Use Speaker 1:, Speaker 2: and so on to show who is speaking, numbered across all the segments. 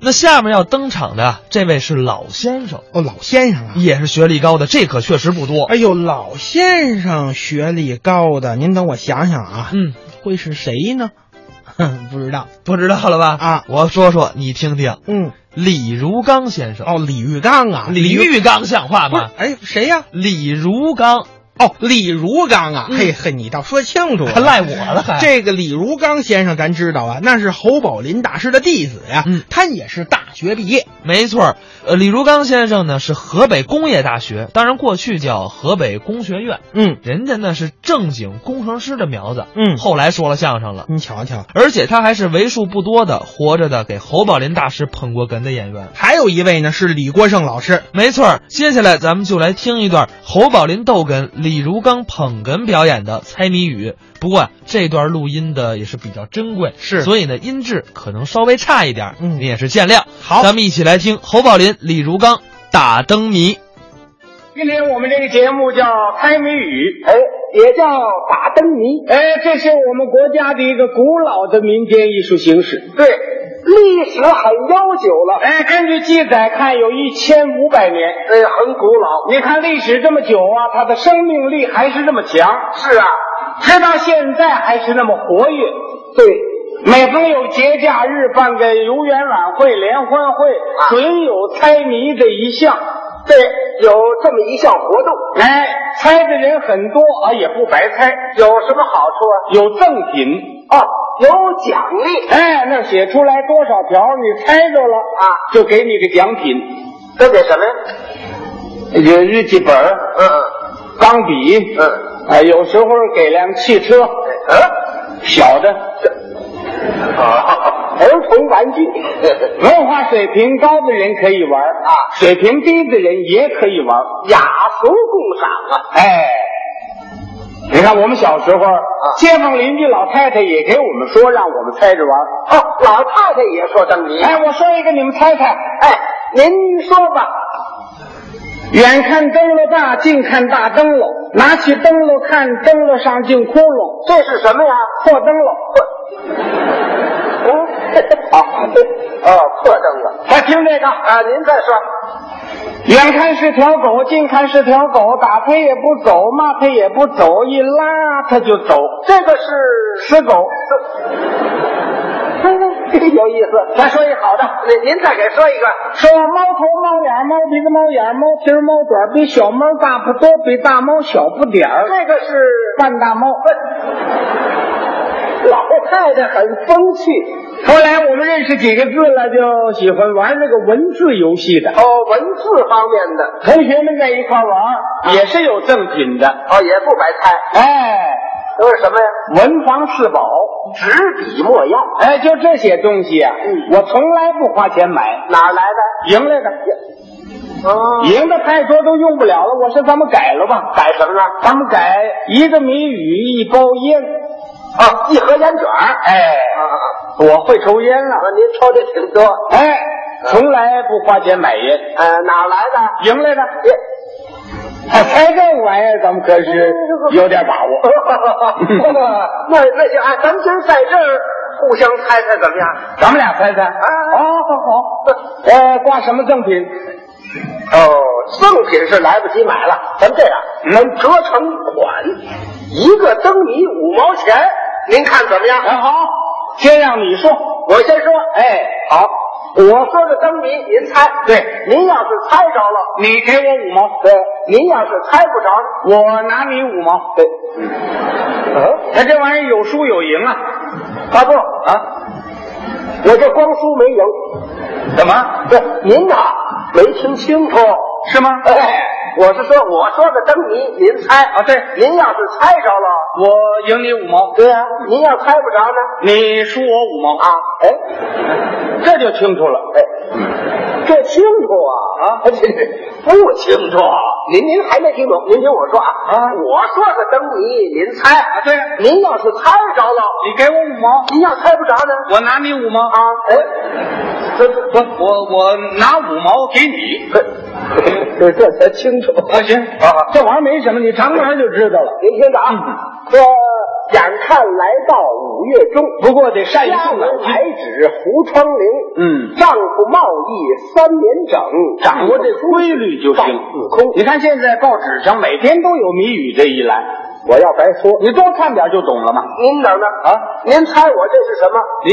Speaker 1: 那下面要登场的这位是老先生，
Speaker 2: 哦，老先生啊，
Speaker 1: 也是学历高的，这可确实不多。
Speaker 2: 哎呦，老先生学历高的，您等我想想啊，
Speaker 1: 嗯，
Speaker 2: 会是谁呢？ 哼，不知道。
Speaker 1: 不知道了吧？
Speaker 2: 啊
Speaker 1: 我说说你听听，
Speaker 2: 嗯，
Speaker 1: 李如刚先生，
Speaker 2: 哦，李玉刚啊，
Speaker 1: 李玉刚像话
Speaker 2: 不是
Speaker 1: 吗？，
Speaker 2: 哎，谁呀、
Speaker 1: 李如刚，
Speaker 2: 哦，李如刚啊，
Speaker 1: 嗯
Speaker 2: 嘿嘿，你倒说清楚 了，
Speaker 1: 还赖我了还
Speaker 2: 这个李如刚先生，咱知道啊，那是侯宝林大师的弟子呀，
Speaker 1: 嗯
Speaker 2: 他也是大学毕业，
Speaker 1: 没错儿，呃，李如刚先生呢是河北工业大学，当然过去叫河北工学院，
Speaker 2: 嗯
Speaker 1: 人家呢是正经工程师的苗子，
Speaker 2: 嗯，
Speaker 1: 后来说了相声了。
Speaker 2: 您瞧瞧，
Speaker 1: 而且他还是为数不多的活着的给侯宝林大师捧过哏的演员。
Speaker 2: 还有一位呢是李国盛老师，
Speaker 1: 没错儿，接下来咱们就来听一段侯宝林逗哏、李如刚捧哏表演的猜谜语。不过、啊、这段录音的也是比较珍贵，
Speaker 2: 是
Speaker 1: 所以呢音质可能稍微差一点儿，
Speaker 2: 嗯
Speaker 1: 你也是见谅。
Speaker 2: 好
Speaker 1: 咱们一起来听侯宝林、李如刚打灯谜。
Speaker 3: 今天我们这个节目叫猜谜语，
Speaker 4: 哎，也叫打灯谜。
Speaker 3: 哎，这是我们国家的一个古老的民间艺术形式。
Speaker 4: 对，历史很悠久了，
Speaker 3: 哎，根据记载看，有一千五百年。
Speaker 4: 对，哎很古老。
Speaker 3: 你看历史这么久啊，它的生命力还是这么强，
Speaker 4: 是啊，
Speaker 3: 直到现在还是那么活跃。
Speaker 4: 对，
Speaker 3: 每逢有节假日，办个游园晚会、联欢会，准有猜谜的一项。
Speaker 4: 对，有这么一项活动，
Speaker 3: 哎，猜的人很多啊，也不白猜，
Speaker 4: 有什么好处
Speaker 3: 有赠品。
Speaker 4: 啊？哦，有奖励。
Speaker 3: 哎，那儿写出来多少条，你猜着了
Speaker 4: 啊
Speaker 3: 就给你个奖品，
Speaker 4: 这得什么呀？
Speaker 3: 有日记本儿、
Speaker 4: 嗯嗯
Speaker 3: 钢笔，
Speaker 4: 嗯
Speaker 3: 哎，有时候给辆汽车，
Speaker 4: 嗯，
Speaker 3: 小的。
Speaker 4: 啊，儿童玩具。
Speaker 3: 文化水平高的人可以玩啊，水平低的人也可以玩。
Speaker 4: 雅俗共赏啊！
Speaker 3: 哎，你看我们小时候，
Speaker 4: 啊
Speaker 3: 街坊邻居老太太也给我们说，让我们猜着玩。
Speaker 4: 哦，老太太也说灯谜。
Speaker 3: 哎，我说一个，你们猜猜。
Speaker 4: 哎，您说吧。
Speaker 3: 远看灯笼大，近看大灯笼。拿起灯笼看，灯笼上进窟窿，
Speaker 4: 这是什么呀？
Speaker 3: 破灯笼。
Speaker 4: 嗯，啊， 哦，破灯了。
Speaker 3: 快听这个，
Speaker 4: 啊，您再说。
Speaker 3: 远看是条狗，近看是条狗，打它也不走，骂它也不走，一拉它就走，
Speaker 4: 这个是
Speaker 3: 死狗。
Speaker 4: 有意思。
Speaker 3: 咱说一好的，
Speaker 4: 您您再给说一个，
Speaker 3: 说猫头猫眼猫鼻子猫眼猫蹄儿猫短儿，比小猫大不多，比大猫小不点儿，
Speaker 4: 这个是
Speaker 3: 半大猫。
Speaker 4: 老太太很风趣
Speaker 3: 后来我们认识几个字了，就喜欢玩那个文字游戏的。
Speaker 4: 哦，文字方面的啊
Speaker 3: 同学们在一块儿玩儿，也是有赠品的。
Speaker 4: 哦，也不白猜，
Speaker 3: 哎，
Speaker 4: 都是什么呀？
Speaker 3: 文房四宝，
Speaker 4: 纸笔墨药，
Speaker 3: 哎，就这些东西啊，
Speaker 4: 嗯
Speaker 3: 我从来不花钱买，
Speaker 4: 哪儿来的？
Speaker 3: 赢来的，
Speaker 4: 哦
Speaker 3: 赢的太多都用不了了。我说咱们改了吧，
Speaker 4: 改什么呢？
Speaker 3: 咱们改一个谜语一包烟。
Speaker 4: 哦，一盒烟卷儿。
Speaker 3: 哎，
Speaker 4: 啊啊
Speaker 3: 我会抽烟
Speaker 4: 啊
Speaker 3: 了，！
Speaker 4: 您抽的挺多，
Speaker 3: 哎，
Speaker 4: 啊
Speaker 3: 从来不花钱买烟，
Speaker 4: 呃，哪儿来的？
Speaker 3: 赢来的。哎，猜这玩意儿，咱们可是有点把握。
Speaker 4: 那那就哎，咱们先在这儿互相猜猜怎么样？
Speaker 3: 咱们俩猜猜。
Speaker 4: 哎
Speaker 3: 好哦好好。呃，挂什么赠品？
Speaker 4: 哦，赠品是来不及买了，咱们这样，咱折成款，一个灯谜五毛钱，您看怎么样？
Speaker 3: 啊，好，先让你说。
Speaker 4: 我先说，
Speaker 3: 哎，
Speaker 4: 好，我说的灯谜您猜，
Speaker 3: 对，
Speaker 4: 您要是猜着了，
Speaker 3: 你给我五毛，
Speaker 4: 对，您要是猜不着，
Speaker 3: 我拿你五毛。
Speaker 4: 对，嗯，
Speaker 3: 那这玩意儿有输有赢啊？
Speaker 4: 啊不啊，我这光输没赢，
Speaker 3: 怎么？
Speaker 4: 对，您呐没听清楚，
Speaker 3: 是吗？
Speaker 4: 哎，我是说我说的灯谜您猜
Speaker 3: 啊，对，
Speaker 4: 您要是猜着了，
Speaker 3: 我赢你五毛，
Speaker 4: 对呀、您要猜不着呢，
Speaker 3: 你输我五毛
Speaker 4: 啊，，哎
Speaker 3: 这就清楚了。
Speaker 4: 哎，这清楚啊
Speaker 3: 啊
Speaker 4: 这不清楚，您您还没听懂，您听我说啊
Speaker 3: 啊
Speaker 4: 我说的灯谜您猜
Speaker 3: 啊对
Speaker 4: 您要是猜着了，
Speaker 3: 你给我五毛，
Speaker 4: 您要猜不着呢
Speaker 3: 我拿你五毛
Speaker 4: 啊，哎，这这
Speaker 3: 不，我我拿五毛给你。
Speaker 4: 这这 这才清楚。
Speaker 3: 啊，行，
Speaker 4: 啊
Speaker 3: 这玩意儿没什么，你尝尝就知道了。嗯
Speaker 4: 您听着啊，这眼看来到五月中，
Speaker 3: 不过得善于
Speaker 4: 家
Speaker 3: 动脑
Speaker 4: 门
Speaker 3: 筋。
Speaker 4: 白纸糊窗棂，
Speaker 3: 嗯
Speaker 4: 丈夫贸易三年整，
Speaker 3: 掌握这规律就
Speaker 4: 放
Speaker 3: 行。
Speaker 4: 四空。
Speaker 3: 你看现在报纸上每天都有谜语这一栏，
Speaker 4: 我要白说，
Speaker 3: 你多看点就懂了嘛。
Speaker 4: 您等着啊！您猜我这是什么？
Speaker 3: 你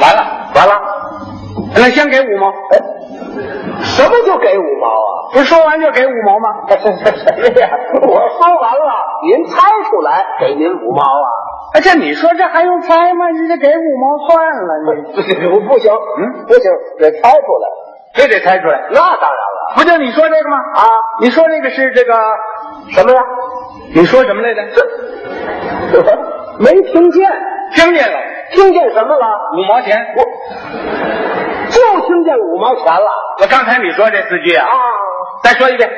Speaker 3: 完了，
Speaker 4: 完了，
Speaker 3: 那先给五毛，
Speaker 4: 哎，什么就给五毛啊？
Speaker 3: 不是说完就给五毛吗？
Speaker 4: 什哎么呀？我说完了，您猜出来，给您五毛啊？
Speaker 3: 哎，这你说这还用猜吗？你这给五毛算了，你
Speaker 4: 我 不行，嗯，不行，得猜出来。
Speaker 3: 这得猜出来。
Speaker 4: 那当然了
Speaker 3: 不就你说这个吗？
Speaker 4: 啊，
Speaker 3: 你说这个是这个，
Speaker 4: 什么呀？
Speaker 3: 你说什么来着？
Speaker 4: 没听见，
Speaker 3: 听见了，
Speaker 4: 听见什么了？
Speaker 3: 五毛钱。我
Speaker 4: 就听见五毛钱了
Speaker 3: 我刚才你说这四句啊
Speaker 4: 啊！
Speaker 3: 再说一遍，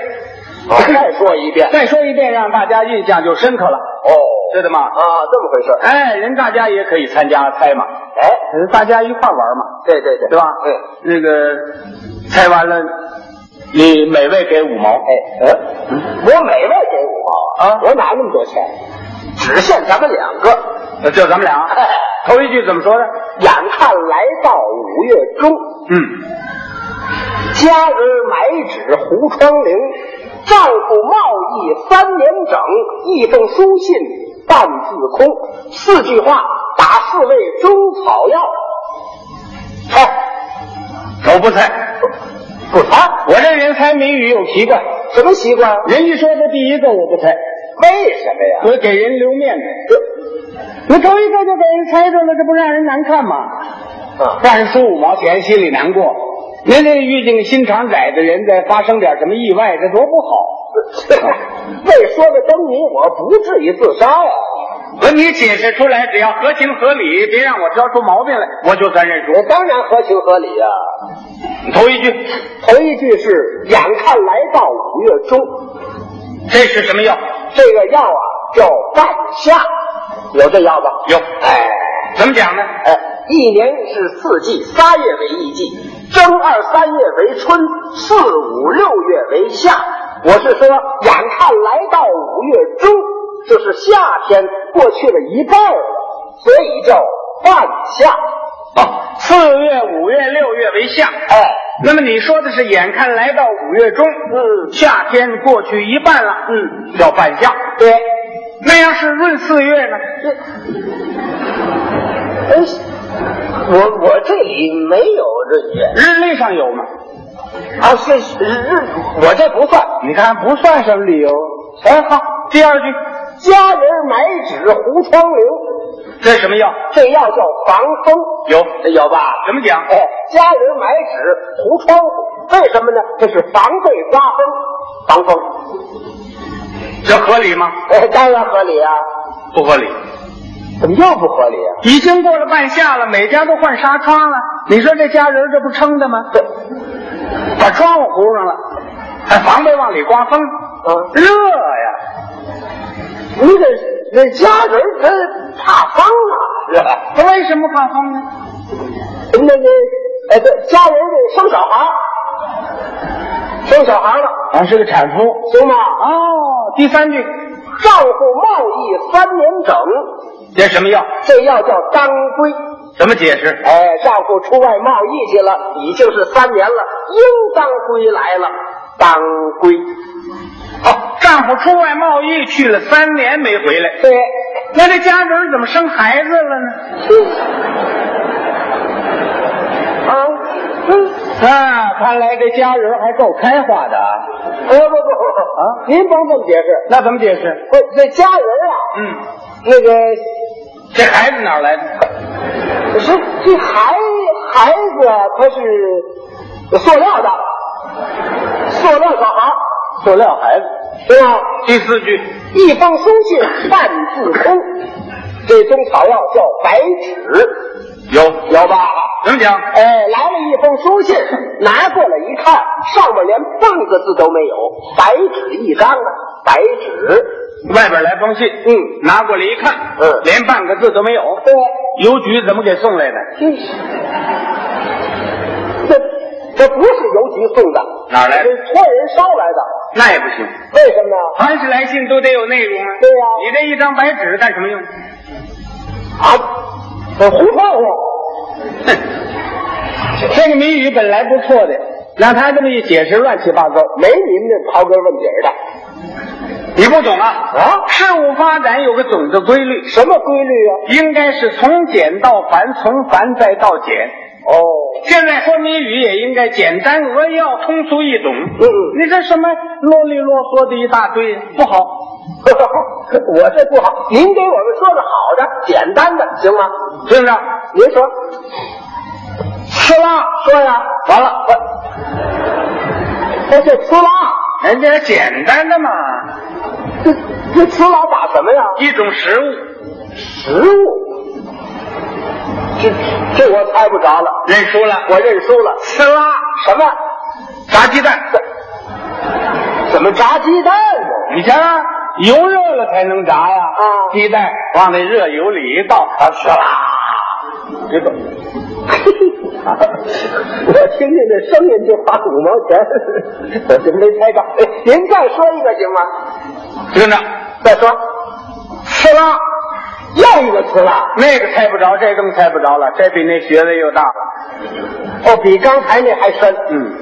Speaker 4: 我再说一遍，
Speaker 3: 再说一遍，让大家印象就深刻了，
Speaker 4: 哦，
Speaker 3: 知道吗？
Speaker 4: 啊，这么回事儿。
Speaker 3: 哎，人大家也可以参加猜嘛，
Speaker 4: 哎，
Speaker 3: 呃大家一块玩嘛，
Speaker 4: 对对对，
Speaker 3: 对吧？
Speaker 4: 嗯，
Speaker 3: 那个猜完了，你每位给五毛。
Speaker 4: 哎，嗯，我每位给五毛
Speaker 3: 啊
Speaker 4: 我哪那么多钱？只限咱们两个。
Speaker 3: 呃就咱们 俩啊，头一句怎么说的？
Speaker 4: 眼看来到五月中，
Speaker 3: 嗯，
Speaker 4: 家人买纸糊窗棂，丈夫贸易三年整，一封书信半字空，四句话打四味中草药。哎，
Speaker 3: 我不猜，
Speaker 4: 不啊，
Speaker 3: 我这人猜谜语有习惯，
Speaker 4: 什么习惯？啊
Speaker 3: 人一说这第一个我不猜，
Speaker 4: 为什么呀？
Speaker 3: 我给人留面子。我头一个就给人猜着了，这不让人难看吗？
Speaker 4: 啊，
Speaker 3: 让人输五毛钱，心里难过。您这遇见个心肠窄的人，再发生点什么意外，这多不好。
Speaker 4: 为说个灯谜，我不至于自杀呀、
Speaker 3: 不，你解释出来，只要合情合理，别让我挑出毛病来，我就算认
Speaker 4: 我
Speaker 3: 输。
Speaker 4: 当然合情合理呀、
Speaker 3: 头一句，
Speaker 4: 头一句是“眼看来到五月中
Speaker 3: 这是什么药？”，
Speaker 4: 这个药啊叫半夏，有这药吧？
Speaker 3: 有
Speaker 4: 哎
Speaker 3: 怎么讲呢？
Speaker 4: 哎，一年是四季，仨月为一季，正二三月为春，四五六月为夏。我是说，眼看来到五月中，就是夏天过去了一半了，所以叫半夏。
Speaker 3: 哦，四月、五月、六月为夏。
Speaker 4: 哎，
Speaker 3: 那么你说的是眼看来到五月中，
Speaker 4: 嗯
Speaker 3: 夏天过去一半了，嗯，叫半夏。
Speaker 4: 对，
Speaker 3: 那要是闰四月呢？
Speaker 4: 哎，我我这里没有闰月。
Speaker 3: 日历上有吗？
Speaker 4: 啊，是是日，我这不算。
Speaker 3: 你看不算什么理由。哎，好，第二句，
Speaker 4: 家人买纸糊窗棂，
Speaker 3: 这什么药？
Speaker 4: 这药叫防风，
Speaker 3: 有，
Speaker 4: 这有吧？
Speaker 3: 怎么讲？
Speaker 4: 哎，家人买纸糊窗户，为什么呢？这是防备刮风，防风。
Speaker 3: 这合理吗？
Speaker 4: 哎，当然合理啊，
Speaker 3: 不合理。
Speaker 4: 怎么又不合理啊？
Speaker 3: 已经过了半夏了，每家都换纱窗了，你说这家人这不撑的吗？把窗户糊上了，还防备往里刮风，
Speaker 4: 嗯
Speaker 3: 热呀！
Speaker 4: 你这这家人他怕风啊，是吧？
Speaker 3: 他为什么怕风呢？
Speaker 4: 那那哎，这家人这生小孩儿，生小孩儿了，
Speaker 3: 啊，是个产妇。
Speaker 4: 行吗？
Speaker 3: 哦，第三句，
Speaker 4: 丈夫贸易三年整，
Speaker 3: 这什么药？
Speaker 4: 这药叫当归。
Speaker 3: 怎么解释？
Speaker 4: 哎，丈夫出外贸易去了，已经是三年了，应当归来了。当归，
Speaker 3: 哦，丈夫出外贸易去了三年没回来，
Speaker 4: 对，
Speaker 3: 那这家人怎么生孩子了呢？
Speaker 4: 啊，嗯，
Speaker 3: 啊，看来这家人还够开化的啊。
Speaker 4: 哎不不不啊，您甭这么解释，
Speaker 3: 那怎么解释？
Speaker 4: 不，这家人啊，
Speaker 3: 嗯，
Speaker 4: 那个
Speaker 3: 这孩子哪儿来的？
Speaker 4: 可是这孩孩子啊他是塑料的，塑料小孩，
Speaker 3: 塑料孩子。
Speaker 4: 对吧？
Speaker 3: 第四句，
Speaker 4: 一封书信半字空，这中草药叫白芷，
Speaker 3: 有
Speaker 4: 有吧？
Speaker 3: 怎么讲？
Speaker 4: 哎，来了一封书信，拿过来一看，上面连半个字都没有，白纸一张啊，白纸。
Speaker 3: 外边来封信，
Speaker 4: 嗯，
Speaker 3: 拿过来一看，
Speaker 4: 嗯
Speaker 3: 连半个字都没有。
Speaker 4: 对，
Speaker 3: 邮局怎么给送来的？
Speaker 4: 这这不是邮局送的，
Speaker 3: 哪儿来的
Speaker 4: 这托人捎来的。
Speaker 3: 那也不行。
Speaker 4: 为什么呢？
Speaker 3: 凡是来信都得有内容啊。
Speaker 4: 对呀
Speaker 3: 你这一张白纸干什么用？
Speaker 4: 啊，我胡啊凑合。
Speaker 3: 这个谜语本来不错的，让他这么一解释，乱七八糟。
Speaker 4: 没您这刨根问底儿的
Speaker 3: 你不懂啊？
Speaker 4: 啊？
Speaker 3: 事物发展有个总的规律，
Speaker 4: 什么规律啊？
Speaker 3: 应该是从简到繁，从繁再到简。
Speaker 4: 哦，
Speaker 3: 现在说谜语也应该简单扼要、通俗易懂。
Speaker 4: 嗯
Speaker 3: 你这什么啰里啰嗦的一大堆，不好。
Speaker 4: 我这不好，您给我们说个好的、简单的，行吗？
Speaker 3: 是不是？
Speaker 4: 您说，
Speaker 3: 吃辣
Speaker 4: 说呀。完了，我，哎，这吃拉，
Speaker 3: 人家简单的嘛，
Speaker 4: 这这吃拉打什么呀？
Speaker 3: 一种食物，
Speaker 4: 食物。这这我猜不着了，
Speaker 3: 认输了。
Speaker 4: 我认输了。
Speaker 3: 吃辣，
Speaker 4: 什么？
Speaker 3: 炸鸡蛋，
Speaker 4: 怎么炸鸡蛋 呢？
Speaker 3: 你瞧，油热了才能炸呀。
Speaker 4: 啊
Speaker 3: 鸡蛋往那热油里一倒，它吃辣。
Speaker 4: 这个，我听听这声音就花五毛钱，我就没猜着。哎，您再说一个行吗？
Speaker 3: 听着，
Speaker 4: 再说，
Speaker 3: 吃辣。
Speaker 4: 又一个词了。
Speaker 3: 那个猜不着，这更猜不着了，这比那学问又大了。
Speaker 4: 哦，比刚才那还深。
Speaker 3: 嗯，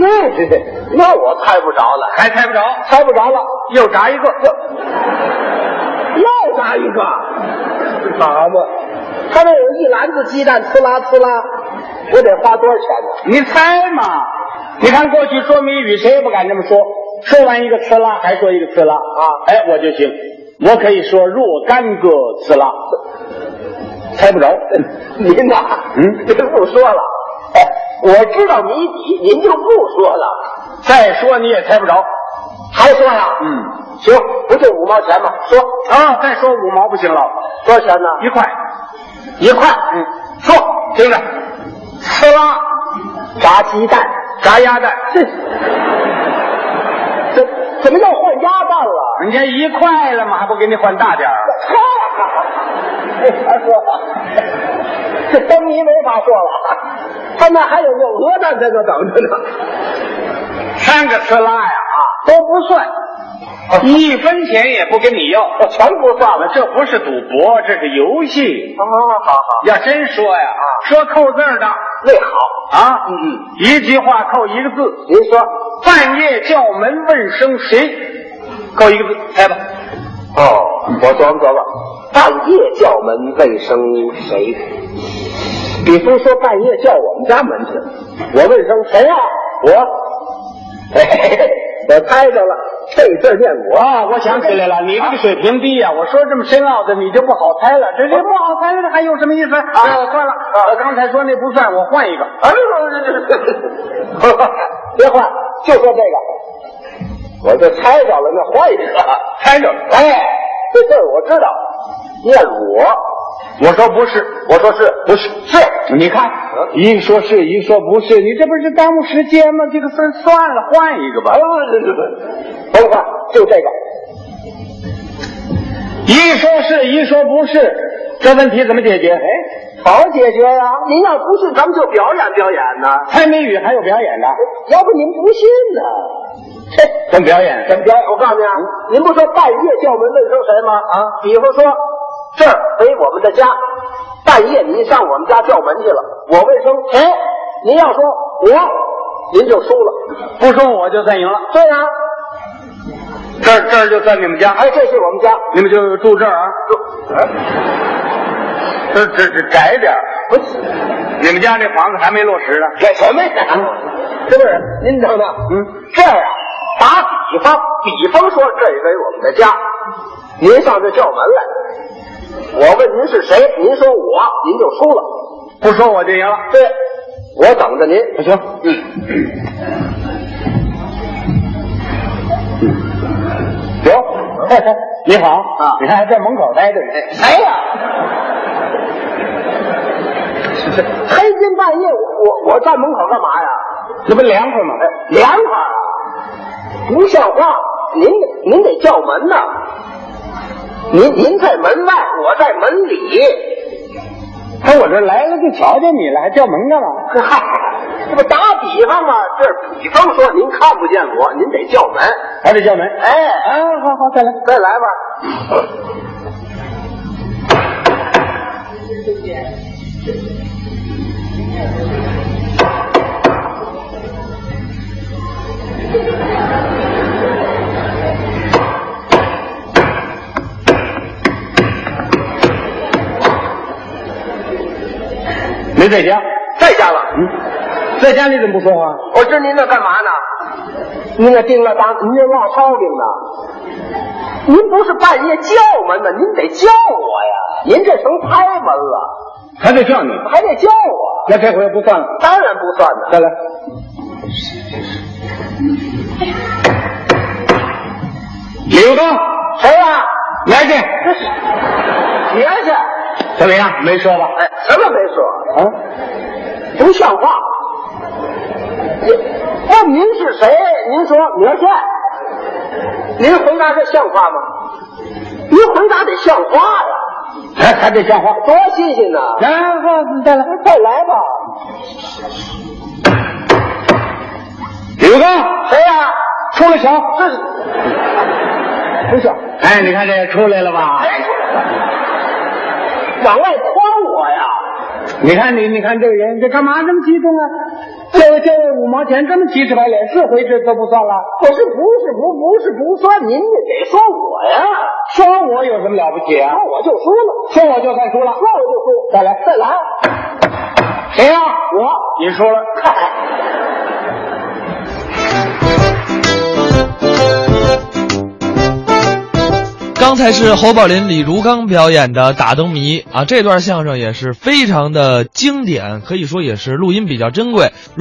Speaker 4: 那这那我猜不着了，
Speaker 3: 还猜不着，
Speaker 4: 猜不着了，
Speaker 3: 又炸一个，
Speaker 4: 又炸一个，好嘛！他这有一篮子鸡蛋，呲啦呲啦，我得花多少钱呢？
Speaker 3: 你猜嘛？你看过去说谜语，谁也不敢这么说，说完一个呲啦，还说一个呲啦啊！哎，我就行，我可以说若干个呲啦，猜不着。
Speaker 4: 嗯您呐，
Speaker 3: 嗯
Speaker 4: 您不说了，哎，我知道谜底，您就不说了，
Speaker 3: 再说你也猜不着。
Speaker 4: 还说呀？
Speaker 3: 嗯，
Speaker 4: 行，不就五毛钱吗？说
Speaker 3: 啊，再说五毛不行了，
Speaker 4: 多少钱呢？
Speaker 3: 一块。
Speaker 4: 一块。
Speaker 3: 嗯，
Speaker 4: 说
Speaker 3: 听着，
Speaker 4: 呲啦，炸鸡蛋，
Speaker 3: 炸鸭蛋，
Speaker 4: 这这怎么又换鸭蛋了？
Speaker 3: 人家一块了嘛，还不给你换大点儿？
Speaker 4: 他说：“这灯谜没法说了，他那还有个鹅蛋在那等着呢。
Speaker 3: 三个呲啦呀啊，都不算，
Speaker 4: 哦
Speaker 3: 一分钱也不跟你要。
Speaker 4: 我全不算了。
Speaker 3: 这不是赌博，这是游戏。
Speaker 4: 啊，好好，
Speaker 3: 要真说呀，啊，说扣字儿的
Speaker 4: 那好，嗯
Speaker 3: 啊，一句话扣一个字。
Speaker 4: 您说，
Speaker 3: 半夜叫门问声谁，扣一个字，猜吧。
Speaker 4: 哦，我琢磨琢磨。半夜叫门问声谁？比方说半夜叫我们家门去，我问声谁呀、我，嘿嘿嘿，我猜着了，这字儿念我。
Speaker 3: 啊，我想起来了，你这个水平低呀、
Speaker 4: 啊
Speaker 3: 我说这么深奥的，你就不好猜了。这这不好猜了，还有什么意思？啊算了，我刚才说那不算，我换一个。
Speaker 4: 哎呦，别换，就说这个，我就猜着了，那换一个，
Speaker 3: 猜着了，
Speaker 4: 哎，这字儿我知道，念我，
Speaker 3: 我说不是，
Speaker 4: 我说是
Speaker 3: 不是是，你看，一个说是，一个说不是，你这不是耽误时间吗？这个事儿算了，换一个吧
Speaker 4: 哎。呦，甭管，就这个，
Speaker 3: 一说是，一说不是，这问题怎么解决？哎，
Speaker 4: 好解决呀、您要不信，咱们就表演表演呢。
Speaker 3: 猜谜语还有表演的，
Speaker 4: 要不您不信呢？嘿，
Speaker 3: 怎么表演？
Speaker 4: 怎么表演？我告诉您啊，您不说半夜叫门问声谁吗？啊，比方说这儿为我们的家，半夜您上我们家叫门去了，我问声谁，您要说我，您就输了。
Speaker 3: 不说我就算赢了。
Speaker 4: 对呀、
Speaker 3: 这儿这儿就算你们家，
Speaker 4: 哎，这是我们家，
Speaker 3: 你们就住这儿啊。
Speaker 4: 住哎
Speaker 3: 这这这窄点儿，
Speaker 4: 不是
Speaker 3: 你们家这房子还没落实呢。
Speaker 4: 这什么呀？是啊不是？您等等，
Speaker 3: 嗯，
Speaker 4: 这样啊，打比方，比方说这为我们的家，您上这叫门来，我问您是谁，您说我，您就输了。
Speaker 3: 不说我就赢了。
Speaker 4: 对，我等着您。
Speaker 3: 不行，
Speaker 4: 行，
Speaker 3: 你好
Speaker 4: 啊
Speaker 3: 你看还在门口待着呢。
Speaker 4: 谁呀、 黑天半夜，我我我站门口干嘛呀？
Speaker 3: 这不凉快吗？
Speaker 4: 凉快啊，不像话！您您得叫门呐，您您在门外，我在门里。
Speaker 3: 哎，我这来了就瞧见你了，还叫门干嘛？
Speaker 4: 嗨，这不打比方方嘛，这比方说您看不见我，您得叫门。
Speaker 3: 还得叫门。
Speaker 4: 哎，
Speaker 3: 啊，好好，再来。
Speaker 4: 再来吧。
Speaker 3: 没在家，
Speaker 4: 在家了。
Speaker 3: 嗯，在家你怎么不说话？
Speaker 4: 我知您这干嘛呢？您这叮了当，您这烙烧饼呢？您不是半夜叫门吗？您得叫我呀！您这成拍门了，
Speaker 3: 还得叫你。
Speaker 4: 还得叫我，
Speaker 3: 那这回不算了，
Speaker 4: 当然不算呢。
Speaker 3: 再来。李如东，
Speaker 4: 谁呀、
Speaker 3: 来去，
Speaker 4: 别去！
Speaker 3: 怎么样？没说吧？
Speaker 4: 哎，什么没说？
Speaker 3: 啊，
Speaker 4: 不像话！您问您是谁？您说苗倩。您回答这像话吗？您回答得像话呀，
Speaker 3: 还还得像话。
Speaker 4: 多新鲜呐！
Speaker 3: 然后再来，
Speaker 4: 再来吧。
Speaker 3: 李如东，
Speaker 4: 谁呀、
Speaker 3: 出来瞧。
Speaker 4: 这是不是
Speaker 3: 哎，你看这出来了吧？
Speaker 4: 往外诓我呀？
Speaker 3: 你看你，你看这个人，这干嘛这么激动啊？这这五毛钱这么急赤白脸，是回这都不算了。
Speaker 4: 可是不是不不是不算，您也得说我呀。
Speaker 3: 说我有什么了不起啊
Speaker 4: 那？我就输了，
Speaker 3: 说我就算输了
Speaker 4: 那。我就输。
Speaker 3: 再来
Speaker 4: 再来，
Speaker 3: 谁呀、
Speaker 4: 我
Speaker 3: 你输了。
Speaker 4: 嗨，
Speaker 1: 刚才是侯宝林、李如刚表演的《打灯谜》啊，这段相声也是非常的经典，可以说也是录音比较珍贵。如